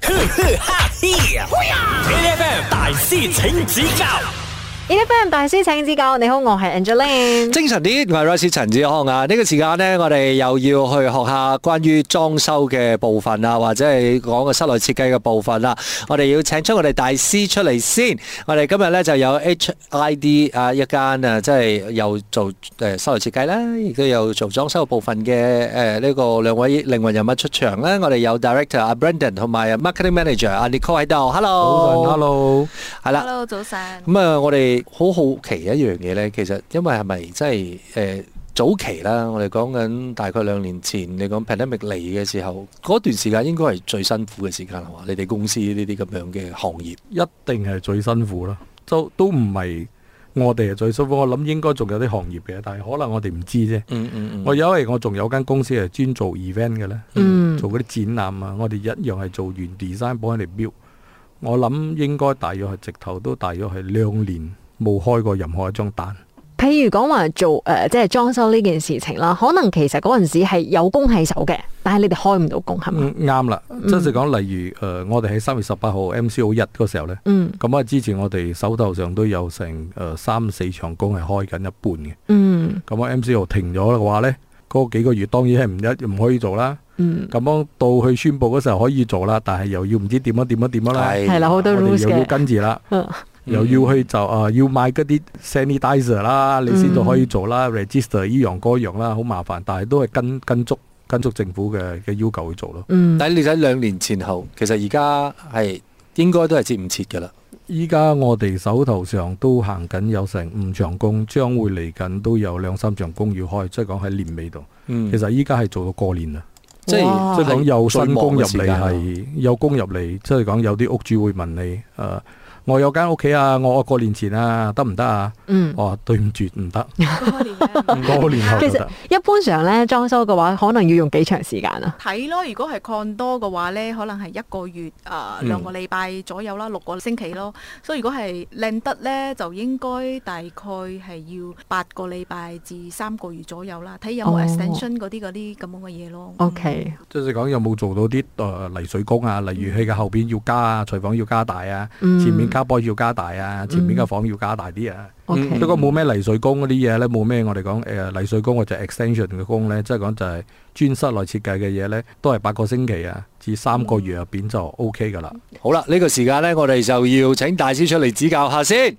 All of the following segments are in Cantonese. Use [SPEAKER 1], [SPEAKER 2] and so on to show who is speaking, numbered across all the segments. [SPEAKER 1] 哈嘿呀！A.F.M. 大師請指教
[SPEAKER 2] ，E F M 大師請指教。你好，我係 Angeline。
[SPEAKER 3] 精神啲，我係 Royce 陳志康啊！呢、個時間呢，我哋又要去學下關於裝修嘅部分啊，或者係講個室內設計嘅部分啦。我哋要請出我哋大師出嚟先。我哋今日呢，就有 H.I.D 啊一間啊，即係又做誒室內設計啦，亦都有做裝修部分嘅誒呢個兩位靈魂人物出場啦。我哋有 Director 阿 Brandon 同埋啊 Marketing Manager 阿 Nicole 喺度，Hello。
[SPEAKER 4] Hello，
[SPEAKER 3] 係啦。
[SPEAKER 5] Hello，早晨。
[SPEAKER 3] 咁啊，我哋好好奇一樣嘢咧，其實因為係咪真係誒早期啦？我哋講緊大概兩年前，你講 pandemic 嚟嘅時候，嗰段時間應該係最辛苦嘅時間係嘛？你哋公司呢啲咁樣嘅行業，
[SPEAKER 4] 一定係最辛苦啦，都都唔係我哋係最辛苦。我諗應該仲有啲行業嘅，但係可能我哋唔知啫。
[SPEAKER 3] 嗯嗯嗯
[SPEAKER 4] 我因為我仲有間公司係專做 event 嘅咧，
[SPEAKER 2] 嗯
[SPEAKER 4] 做嗰啲展覽啊，我哋一樣係做完 design 幫人哋 build。我諗應該大約係直頭都大約係兩年冇開過任何一張單。
[SPEAKER 2] 譬如講話做誒、呃即係裝修呢件事情啦，可能其實嗰陣時係有工係手嘅，但係你哋開唔到工係嘛？
[SPEAKER 4] 嗯啱啦，即係講例如誒、呃我哋喺三月十八號 MCO 一嗰時候咧，
[SPEAKER 2] 嗯
[SPEAKER 4] 咁啊之前我哋手頭上都有成誒三四場工係開緊一半嘅。
[SPEAKER 2] 嗯
[SPEAKER 4] 咁啊 MCO 停咗嘅話呢，嗰幾個月當然係唔一唔可以做啦。
[SPEAKER 2] 嗯，
[SPEAKER 4] 咁樣到佢宣布嗰時候可以做啦，但係又要唔知點樣點樣點樣啦，
[SPEAKER 2] 嗯係啦，好多
[SPEAKER 4] 我哋
[SPEAKER 2] rules
[SPEAKER 4] 又要
[SPEAKER 2] 嘅。
[SPEAKER 4] 跟住啦，
[SPEAKER 2] 嗯
[SPEAKER 4] 又要去就啊要買嗰啲 sanitizer 啦，你先至可以做
[SPEAKER 2] 嗯
[SPEAKER 4] 啦，register 依樣嗰樣啦，好麻煩，但係都係跟跟足跟足政府嘅嘅要求去做咯。
[SPEAKER 2] 嗯，
[SPEAKER 3] 但係你睇兩年前後，其實而家係應該都係接唔切㗎啦。
[SPEAKER 4] 依家我哋手頭上都行緊有成五場工，將會嚟緊都有兩三場工要開，即係講喺年尾度。
[SPEAKER 3] 嗯
[SPEAKER 4] 其實依家係做到過年啦。
[SPEAKER 3] 即係
[SPEAKER 2] 哇
[SPEAKER 4] 即係講有新工入
[SPEAKER 3] 最
[SPEAKER 4] 嚟
[SPEAKER 3] 忙嘅時
[SPEAKER 4] 係有工入嚟，即係講有啲屋主會問你誒、呃我有間屋企啊，我過年前啊，得唔得啊？
[SPEAKER 2] 嗯，
[SPEAKER 4] 我話對唔住，唔得，
[SPEAKER 5] 過年啊唔
[SPEAKER 4] 過年後就
[SPEAKER 2] 其
[SPEAKER 4] 得。
[SPEAKER 2] 一般上咧裝修嘅話，可能要用幾長時間啊？
[SPEAKER 5] 睇咯，如果係 condo 嘅話呢，可能係一個月啊、
[SPEAKER 3] 嗯
[SPEAKER 5] 兩個禮拜左右啦，六個星期咯。所以如果係靚得呢，就應該大概係要八個禮拜至三個月左右啦，睇有
[SPEAKER 2] 哦
[SPEAKER 5] 冇 extension 嗰啲嗰啲咁樣嘅嘢咯。嗯
[SPEAKER 2] OK，
[SPEAKER 4] 即係講有冇做到啲誒、呃泥水工啊？例如佢嘅後邊要加啊，廚房要加大啊，
[SPEAKER 2] 嗯
[SPEAKER 4] 前面 cupboard 要加大啊，前面嘅房要加大啲啊。
[SPEAKER 2] OK，
[SPEAKER 3] 嗯
[SPEAKER 4] 不過冇咩泥水工嗰啲嘢咧，冇咩我哋講誒泥水工或者 extension 嘅工咧，即係講就係專室內設計嘅嘢咧，都係八個星期啊至三個月入邊就 OK 噶啦。
[SPEAKER 3] 好啦，呢、個時間呢，我哋就要請大師出嚟指教下先。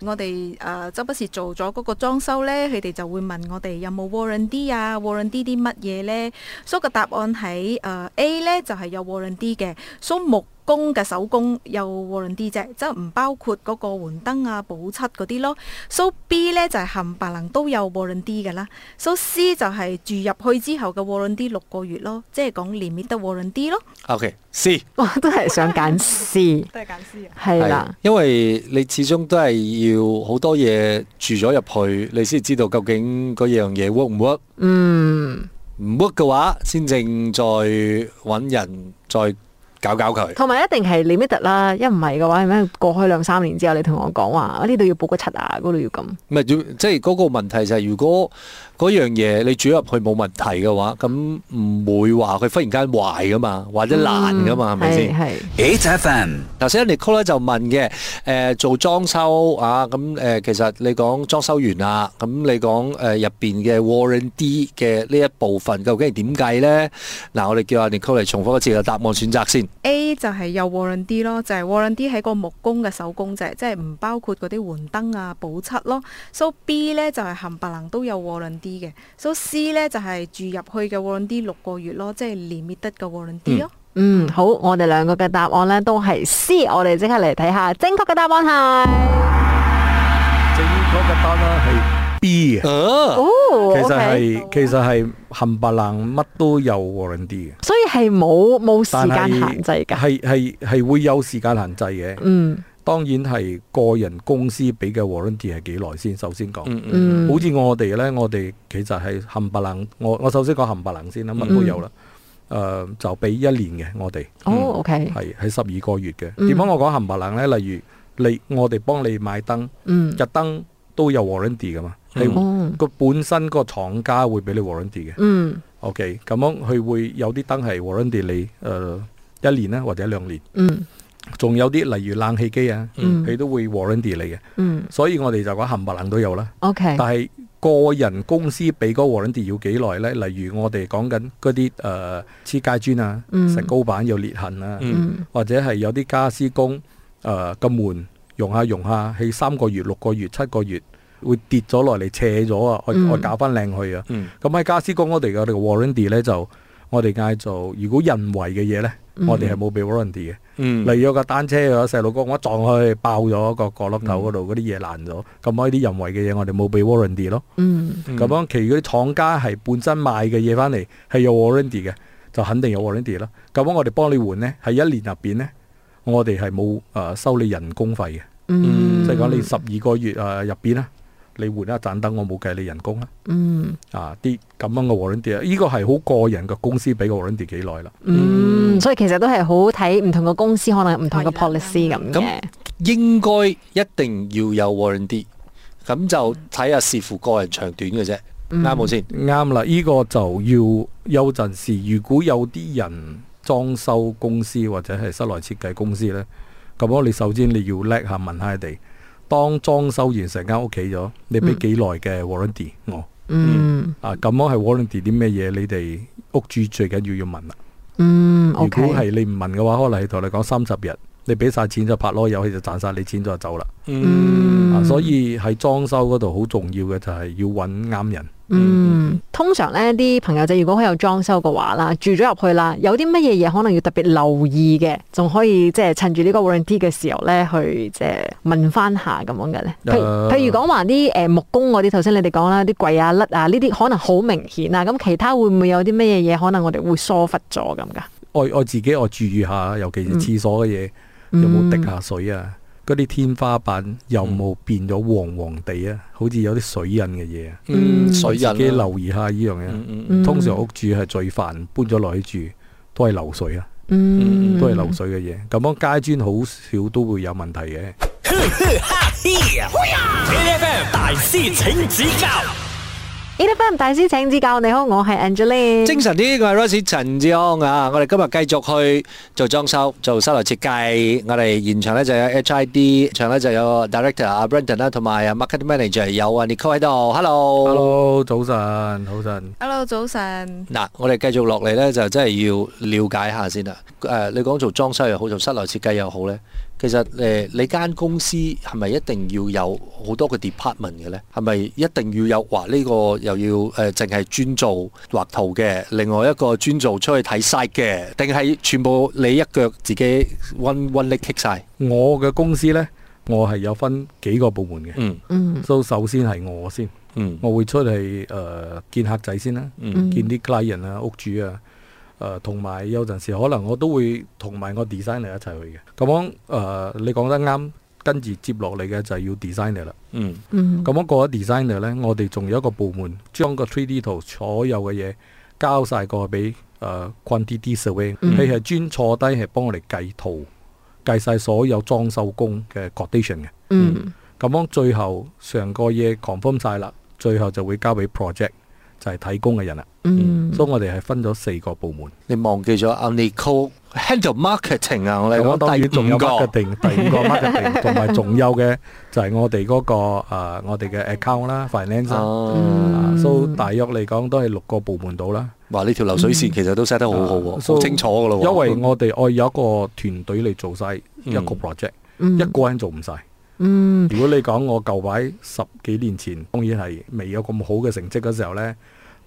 [SPEAKER 5] 我哋誒周不時做咗嗰個裝修呢，佢哋就會問我哋有冇 warranty 啊，warranty 啲乜嘢呢？所以個答案喺誒、呃 A 呢，就係、有 warranty 嘅，所以木工嘅手工有 warranty 啫，即係唔包括嗰個換燈啊、補漆嗰啲咯。So B 呢，就係冚唪唥都有 warranty 嘅啦。So C 就係住入去之後嘅 warranty 六個月咯，即係講連 i 得 warranty 咯。
[SPEAKER 3] OK，C
[SPEAKER 2] 哇，都係想揀 C，
[SPEAKER 5] 都係揀 C 啊。
[SPEAKER 2] 係啦，
[SPEAKER 3] 因為你始終都係要好多嘢住咗入去，你先知道究竟嗰樣嘢 work 唔 work。
[SPEAKER 2] 嗯，
[SPEAKER 3] 唔 work 嘅話，先正再揾人再搞搞佢。
[SPEAKER 2] 同埋一定係 limit 啦，一唔係嘅話，咩過去兩三年之後，你同我講話啊呢度要補個漆啊，嗰度要
[SPEAKER 4] 嗯
[SPEAKER 2] 咁，
[SPEAKER 3] 唔係，要即係嗰個問題就係，如果嗰樣嘢你煮入去冇問題嘅話，咁唔會話佢忽然間壞噶嘛，或者爛噶嘛，係咪先？
[SPEAKER 2] 嗯係
[SPEAKER 1] ，H.F.M.
[SPEAKER 3] 頭先 Nicole 咧就問嘅，誒、做裝修啊，咁、誒、其實你講裝修完啦，咁你講誒入邊嘅 warranty 嘅呢一部分究竟係點計咧？嗱、我哋叫阿 Nicole 嚟重複一次嘅答案選擇先。
[SPEAKER 5] A 就係有 warranty 咯，就係、warranty 喺個木工嘅手工啫，即係唔包括嗰啲換燈啊、補漆咯。So B 呢就係冚唪唥都有 warranty 嘅。So C 呢就係、住入去嘅 warranty 六個月咯，即係 limited 嘅 warranty 咯。
[SPEAKER 2] 嗯，好，我哋兩個嘅答案呢都係 C，我哋即刻嚟睇下正確嘅答案係
[SPEAKER 4] 正確嘅答案係 B 啊，
[SPEAKER 3] 啊，
[SPEAKER 2] 哦
[SPEAKER 4] 其實
[SPEAKER 2] OK
[SPEAKER 4] 係其實係冚唪唥乜都有 warranty 嘅，
[SPEAKER 2] 所以係冇冇時
[SPEAKER 4] 但
[SPEAKER 2] 間
[SPEAKER 4] 係
[SPEAKER 2] 限制㗎，
[SPEAKER 4] 係係係會有時間限制嘅。
[SPEAKER 2] 嗯
[SPEAKER 4] 當然係個人公司俾嘅 warranty 係幾耐先，首先講。
[SPEAKER 3] 嗯嗯
[SPEAKER 2] 嗯，
[SPEAKER 4] 好似我哋呢，我哋其實係冚唪唥，我我首先講冚唪唥先啦，
[SPEAKER 3] 嗯
[SPEAKER 4] 乜都有啦。誒、就俾一年嘅我哋
[SPEAKER 2] 哦 OK，
[SPEAKER 4] 係喺十二個月嘅。
[SPEAKER 2] 嗯
[SPEAKER 4] 點解我講冚唪唥呢？例如你我哋幫你買燈，
[SPEAKER 2] 嗯
[SPEAKER 4] 日燈都有 warranty 噶嘛，你
[SPEAKER 3] 嗯
[SPEAKER 2] 哦，
[SPEAKER 4] 個本身個廠家會俾你 warranty 嘅。
[SPEAKER 2] 嗯
[SPEAKER 4] OK，咁樣佢會有啲燈係 warranty 你誒、呃一年啦，或者兩年，
[SPEAKER 2] 嗯
[SPEAKER 4] 仲有啲例如冷氣機啊，
[SPEAKER 2] 嗯
[SPEAKER 4] 佢都會 warranty 你嘅。
[SPEAKER 2] 嗯
[SPEAKER 4] 所以我哋就講冚唪唥都有啦。
[SPEAKER 2] ，OK，
[SPEAKER 4] 但係個人公司俾嗰 warranty 要幾耐呢？例如我哋講緊嗰啲誒黐街磚啊、
[SPEAKER 2] 嗯
[SPEAKER 4] 石膏板有裂痕啊，
[SPEAKER 3] 嗯
[SPEAKER 2] 嗯
[SPEAKER 4] 或者係有啲家私工誒個門用下用下，喺三個月、六個月、七個月會跌咗落嚟斜咗啊，我
[SPEAKER 2] 嗯
[SPEAKER 4] 我搞翻靚佢啊。
[SPEAKER 3] 嗯
[SPEAKER 4] 咁喺家私工我哋嘅我哋嘅 warranty 咧就我哋嗌做，如果人為嘅嘢咧，
[SPEAKER 2] 嗯
[SPEAKER 4] 我哋係冇俾 warranty 嘅。
[SPEAKER 3] 嗯
[SPEAKER 4] 例如有架單車有個細路哥，我一撞佢爆咗個角落頭嗰度，嗰啲嘢爛咗，咁嗰啲人為嘅嘢我哋冇俾 warranty 咯。
[SPEAKER 2] 嗯
[SPEAKER 3] 嗯
[SPEAKER 4] 咁樣其餘嗰啲廠家係本身賣嘅嘢翻嚟係有 warranty 嘅，就肯定有 warranty 啦。咁樣我哋幫你換呢，係一年入邊呢，我哋係冇誒收你人工費嘅，
[SPEAKER 2] 嗯，
[SPEAKER 4] 即係講你十二個月誒入邊啦，你換一盞燈，我冇計你人工啦。
[SPEAKER 2] 嗯。
[SPEAKER 4] 啊啲咁樣嘅 warranty 啊，呢個係好個人嘅公司俾個 warranty 幾耐啦。
[SPEAKER 2] 嗯，所以其實都係好睇唔同嘅公司，可能有唔同嘅
[SPEAKER 5] 係啦
[SPEAKER 2] policy 咁嘅
[SPEAKER 3] 咁。應該一定要有 warranty，咁就睇下視乎個人長短嘅啫，啱冇先？
[SPEAKER 4] 啱啦，呢、個就要有陣時，如果有啲人裝修公司或者係室內設計公司呢，咁我你首先你要叻下問下佢哋，當裝修完成間屋企咗，你俾幾耐嘅 warranty 我？
[SPEAKER 2] 嗯
[SPEAKER 4] 啊，咁樣係 warranty 啲咩嘢？你哋屋主最緊要要問啦。
[SPEAKER 2] 嗯
[SPEAKER 4] 如果
[SPEAKER 2] ，OK，
[SPEAKER 4] 係你唔問嘅話，可能係同你講三十日，你俾晒錢就拍籮柚，佢就賺晒你錢就走啦。
[SPEAKER 2] 嗯
[SPEAKER 4] 啊，所以喺裝修嗰度好重要嘅就係要揾啱人。
[SPEAKER 2] 嗯，通常呢啲朋友仔如果佢有裝修嘅話啦，住咗入去啦，有啲乜嘢嘢可能要特別留意嘅，仲可以即係趁住呢個 warranty 嘅時候呢，去即係問翻下咁樣嘅咧。譬如
[SPEAKER 4] 誒
[SPEAKER 2] 譬如講話啲誒木工嗰啲，頭先你哋講啦，啲櫃啊、甩啊呢啲可能好明顯啊，咁其他會唔會有啲乜嘢嘢可能我哋會疏忽咗咁噶？
[SPEAKER 4] 我我自己我注意下，尤其是廁所嘅嘢、有冇滴下水啊？嗰啲天花板有冇變咗黃黃地啊？好似有啲水印嘅嘢啊！
[SPEAKER 3] 嗯，水印
[SPEAKER 4] 自己
[SPEAKER 3] 啦，
[SPEAKER 4] 留意下呢樣嘢。啊
[SPEAKER 3] 嗯嗯
[SPEAKER 2] 嗯
[SPEAKER 4] 通常屋主係最煩搬咗落去住，都係漏水啊，
[SPEAKER 2] 嗯，
[SPEAKER 4] 都係漏水嘅嘢。咁樣街磚好少都會有問題嘅。
[SPEAKER 1] A F M 大師請指教
[SPEAKER 2] 呢啲 FM 大師請指教，你好，我係 Angeline。
[SPEAKER 3] 精神啲，我係 Rosie 陳志康啊！我哋今日繼續去做裝修、做室內設計。我哋現場咧就有 HID，現場咧就有 Director 阿 Brendan 啦，同埋啊 Market Manager 有啊 Nicole 喺度。Hello。
[SPEAKER 4] Hello，早晨，早晨。
[SPEAKER 5] Hello，早晨。
[SPEAKER 3] 嗱，我哋繼續落嚟咧，就真係要了解下先啦。誒、你講做裝修又好，做室內設計又好咧，其實誒、你間公司係咪一定要有好多個 department 嘅咧？係咪一定要有話呢、個又要誒，淨、係專做畫圖嘅，另外一個專做出去睇 site 嘅，定係全部你一腳自己 one one leg kick 晒？
[SPEAKER 4] 我嘅公司呢，我係有分幾個部門嘅。
[SPEAKER 3] 嗯
[SPEAKER 2] 嗯
[SPEAKER 4] 所以首先係我先，
[SPEAKER 3] 嗯
[SPEAKER 4] 我會出去誒、呃、見客仔先啦，
[SPEAKER 3] 嗯
[SPEAKER 4] 見啲 client 啊、屋主啊，誒同埋有陣時可能我都會同埋我 designer 一齊去嘅。咁樣誒、呃你講得啱，跟住接落嚟嘅就係要 designer 啦。
[SPEAKER 3] 嗯
[SPEAKER 2] 嗯
[SPEAKER 4] 咁樣過咗 designer 呢，我哋仲有一個部門將個 3D 圖所有嘅嘢交晒過去俾誒 quantity survey，
[SPEAKER 2] 嗯
[SPEAKER 4] 佢係專坐低係幫我哋計圖，計晒所有裝修工嘅 cotation 嘅。
[SPEAKER 2] 嗯
[SPEAKER 4] 咁樣最後上個嘢 confirm 晒啦，最後就會交俾 project 就係睇工嘅人啦。
[SPEAKER 2] 嗯，
[SPEAKER 4] 所以我哋係分咗四個部門。
[SPEAKER 3] 你忘記咗阿 Nicole handle marketing 啊？我哋
[SPEAKER 4] 咁當然
[SPEAKER 3] 講第
[SPEAKER 4] 仲
[SPEAKER 3] 五
[SPEAKER 4] 有
[SPEAKER 3] 個
[SPEAKER 4] marketing，第 五個 marketing，同埋仲有嘅就係我哋嗰、個、呃、我哋嘅 account 啦、finance 啦。
[SPEAKER 3] 哦。
[SPEAKER 4] 啊，所以大約嚟講都係六個部門到啦，
[SPEAKER 3] 哇！呢條流水
[SPEAKER 2] 嗯
[SPEAKER 3] 線其實都 set 得好好喎，
[SPEAKER 4] 啊
[SPEAKER 3] 好清楚噶咯喎。
[SPEAKER 4] 因為我哋我有一個團隊嚟做晒一個 project，、
[SPEAKER 2] 嗯
[SPEAKER 4] 一個人做唔晒。
[SPEAKER 2] 嗯
[SPEAKER 4] 如果你講我舊擺十幾年前，當然係未有咁好嘅成績嗰時候呢，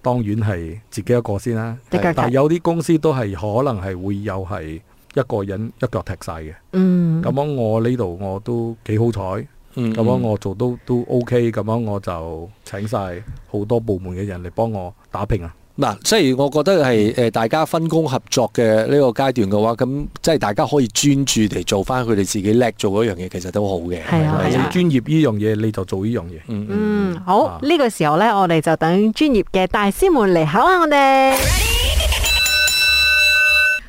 [SPEAKER 4] 當然係自己一個先啦。
[SPEAKER 2] 的確
[SPEAKER 4] 但
[SPEAKER 2] 係
[SPEAKER 4] 係有啲公司都係可能係會有係一個人一腳踢晒嘅。
[SPEAKER 2] 嗯
[SPEAKER 4] 咁樣我呢度我都幾好彩，咁
[SPEAKER 3] 嗯
[SPEAKER 2] 啊
[SPEAKER 4] 樣我做都都 OK，咁樣我就請晒好多部門嘅人嚟幫我打拼啊。
[SPEAKER 3] 嗱，即係我覺得係誒大家分工合作嘅呢個階段嘅話，咁即係大家可以專注地做翻佢哋自己叻做嗰樣嘢，其實都好嘅。
[SPEAKER 2] 係啊
[SPEAKER 3] 咪
[SPEAKER 4] 你
[SPEAKER 2] 係啊
[SPEAKER 4] 專業呢樣嘢你就做呢樣嘢。
[SPEAKER 3] 嗯嗯
[SPEAKER 2] 嗯，好
[SPEAKER 4] 啊
[SPEAKER 2] 呢個時候呢，我哋就等專業嘅大師們嚟考下我哋。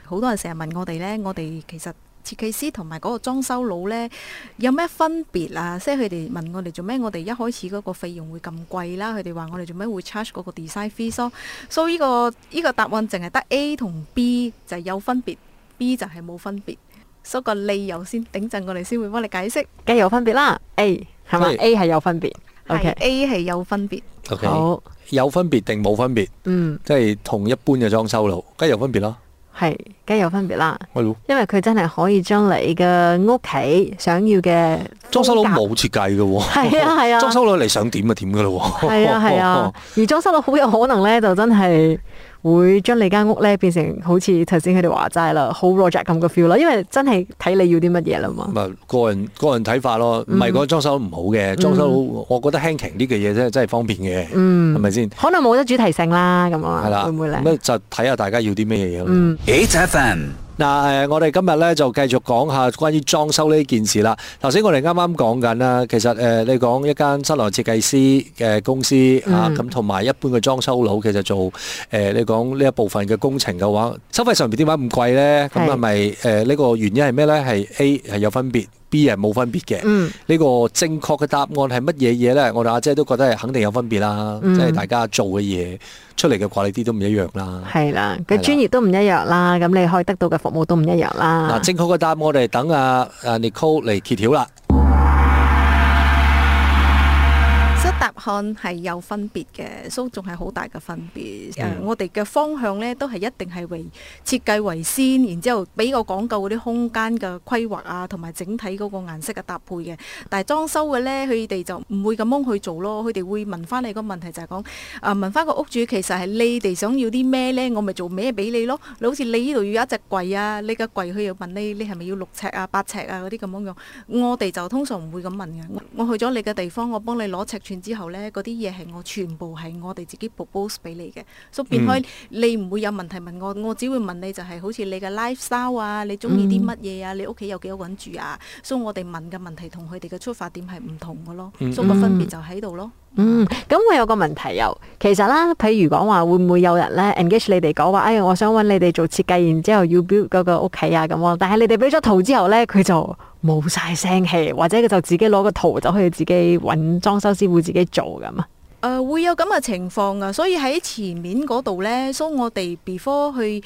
[SPEAKER 5] 好多人成日問我哋呢，我哋其實設計師同埋嗰個裝修佬呢，有咩分別啊？即係佢哋問我哋做咩，我哋一開始嗰個費用會咁貴啦。佢哋話我哋做咩會 charge 嗰個 design fee 所所以呢個呢個答案淨係得 A 同 B 就係有分別，B 就係冇分別。所以個理由先頂陣，我哋先會幫你解釋。
[SPEAKER 2] 梗係有分別啦，A 係嘛
[SPEAKER 3] 係
[SPEAKER 2] ？A 係有分別
[SPEAKER 5] 係
[SPEAKER 2] ，OK，
[SPEAKER 5] A 係有分別。
[SPEAKER 3] O K，
[SPEAKER 2] 好，
[SPEAKER 3] 有分別定冇分別？
[SPEAKER 2] 嗯，
[SPEAKER 3] 即係同一般嘅裝修路，梗係有分別啦。
[SPEAKER 2] 係，梗係有分別啦，
[SPEAKER 3] 係咯，
[SPEAKER 2] 因為佢真係可以將你嘅屋企想要嘅
[SPEAKER 3] 裝修佬
[SPEAKER 2] 風格
[SPEAKER 3] 冇設計嘅喎。
[SPEAKER 2] 係啊係啊
[SPEAKER 3] 裝修佬嚟想點就點嘅咯喎。
[SPEAKER 2] 係啊係 啊，而裝修到好有可能咧，就真係會將你間屋咧變成好似頭先佢哋話齋啦，好 project 咁嘅 feel 啦，因為真係睇你要啲乜嘢啦嘛。
[SPEAKER 3] 咪啊個人個人睇法咯，唔係
[SPEAKER 2] 嗯
[SPEAKER 3] 講裝修唔好嘅，裝修佬我覺得輕強啲嘅嘢真係真係方便嘅，
[SPEAKER 2] 嗯
[SPEAKER 3] 係咪先？
[SPEAKER 2] 可能冇得主題性啦，咁啊，
[SPEAKER 3] 係啦，
[SPEAKER 2] 會唔會嗯咧？
[SPEAKER 3] 咁就睇下大家要啲咩嘢咯。
[SPEAKER 1] ，H F M，
[SPEAKER 3] 嗱誒，我哋今日咧就繼續講下關於裝修呢件事啦。頭先我哋啱啱講緊啦，其實誒你講一間室內設計師嘅公司啊，
[SPEAKER 2] 嗯
[SPEAKER 3] 咁同埋一般嘅裝修佬，其實做誒你講呢一部分嘅工程嘅話，收費上面點解咁貴咧？咁
[SPEAKER 2] 係
[SPEAKER 3] 係咪誒呢個原因係咩咧？係 A 係有分別，B 係冇分別嘅。
[SPEAKER 2] 嗯
[SPEAKER 3] 呢個正確嘅答案係乜嘢嘢咧？我哋阿姐都覺得係肯定有分別啦，
[SPEAKER 2] 嗯
[SPEAKER 3] 即係大家做嘅嘢出嚟嘅 quality 都唔一樣啦。
[SPEAKER 2] 係啦，
[SPEAKER 3] 係
[SPEAKER 2] 佢
[SPEAKER 3] 啦
[SPEAKER 2] 專業都唔一樣啦，咁你可以得到嘅服務都唔一樣啦
[SPEAKER 3] 嗱，。正確嘅答案我哋等阿阿 Nicole 嚟揭曉啦。
[SPEAKER 5] 所以答案係有分別嘅，所以仲係好大嘅分別。誒、
[SPEAKER 3] 嗯
[SPEAKER 5] 我哋嘅方向呢，都係一定係為設計為先，然之後比較講究嗰啲空間嘅規劃啊，同埋整體嗰個顏色嘅搭配嘅。但係裝修嘅呢，佢哋就唔會咁樣去做咯。佢哋會問翻你個問題就係講啊，問翻個屋主其實係你哋想要啲咩呢？我咪做咩俾你咯。你好似你呢度要一隻櫃啊，你嘅櫃佢又問你你係咪要六尺啊、八尺啊嗰啲咁樣樣。我哋就通常唔會咁問嘅。我我去咗你嘅地方，我幫你攞尺寸之後呢，嗰啲嘢係我全部係我哋自己 propose 俾你嘅，所以變開你唔會有問題問我，我只會問你就係好似你嘅 lifestyle 啊，你中意啲乜嘢啊，你屋企有幾多個人住啊，所以我哋問嘅問題同佢哋嘅出發點係唔同嘅咯，所以個分別就喺度咯。
[SPEAKER 2] 嗯，咁我有個問題又，其實啦，譬如講話會唔會有人咧 engage 你哋講話，哎，我想揾你哋做設計，然之後要 build 嗰個屋企啊咁喎。但係你哋俾咗圖之後咧，佢就冇晒聲氣，或者佢就自己攞個圖就去自己揾裝修師傅自己做咁啊。
[SPEAKER 5] 誒、會有咁嘅情況噶，所以喺前面嗰度呢，所以我哋 before 去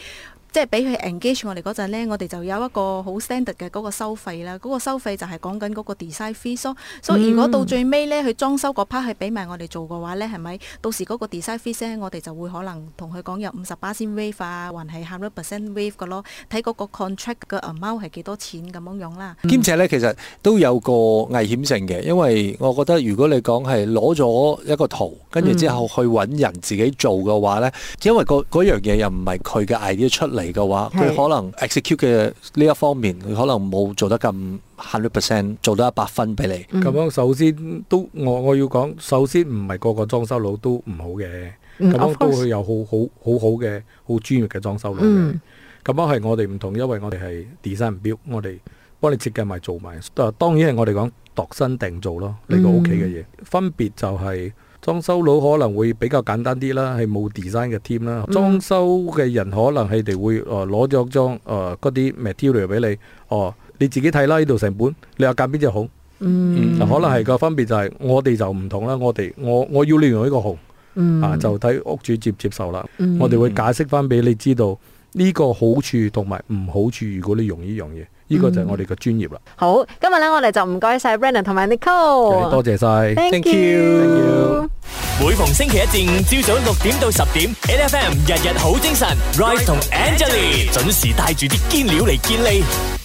[SPEAKER 5] 即係俾佢 engage 我哋嗰陣呢，我哋就有一個好 standard 嘅嗰個收費啦。嗰、個收費就係講緊嗰個 design fee 所所以如果到最尾呢，佢裝修嗰 part 係俾埋我哋做嘅話呢，係咪到時嗰個 design fee 呢，我哋就會可能同佢講有五十巴仙 wave 啊，還係 hundred percent wave 嘅咯，睇嗰個 contract 嘅 amount 係幾多錢咁樣樣啦。
[SPEAKER 2] 嗯
[SPEAKER 3] 兼且咧，其實都有個危險性嘅，因為我覺得如果你講係攞咗一個圖，跟住之後去揾人自己做嘅話咧，因為嗰嗰樣嘢又唔係佢嘅 idea 出嚟嘅話，佢
[SPEAKER 2] 係
[SPEAKER 3] 可能 execute 嘅呢一方面，佢可能冇做得咁 hundred percent，做得一百分俾你。
[SPEAKER 4] 咁樣首先都我我要講，首先唔係個個裝修佬都唔好嘅，
[SPEAKER 2] 嗯
[SPEAKER 4] 咁樣
[SPEAKER 2] of
[SPEAKER 4] 都
[SPEAKER 2] course
[SPEAKER 4] 會有好好好好嘅好專業嘅裝修佬嘅
[SPEAKER 2] 嗯。
[SPEAKER 4] 咁樣係我哋唔同，因為我哋係 design build，我哋幫你設計埋做埋。啊當然係我哋講度身訂造咯，你個屋企嘅嘢。分別就係裝修佬可能會比較簡單啲啦，係冇 design 嘅 team 啦。裝修嘅人可能係哋會誒呃攞咗張誒嗰啲 material 俾你，哦你自己睇啦，呢度成本，你話揀邊隻好？
[SPEAKER 2] 嗯
[SPEAKER 4] 嗱可能係個分別就係我哋就唔同啦，我哋我我要利用呢個紅、
[SPEAKER 2] 嗯
[SPEAKER 4] 啊，就睇屋主接唔接受啦。
[SPEAKER 2] 嗯
[SPEAKER 4] 我哋會解釋翻俾你知道呢個好處同埋唔好處，如果你用呢樣嘢，呢、個就
[SPEAKER 2] 嗯
[SPEAKER 4] 係我哋嘅專業啦。
[SPEAKER 2] 好，今日咧我哋就唔該晒 Brandon 同埋 Nicole，
[SPEAKER 4] 多謝晒。
[SPEAKER 2] ，thank
[SPEAKER 3] Thank you
[SPEAKER 2] you。
[SPEAKER 1] 每逢星期一至五朝早六點到十點，N F M 日日好精神，Rise 同 Angelie 準時帶住啲堅料嚟健利。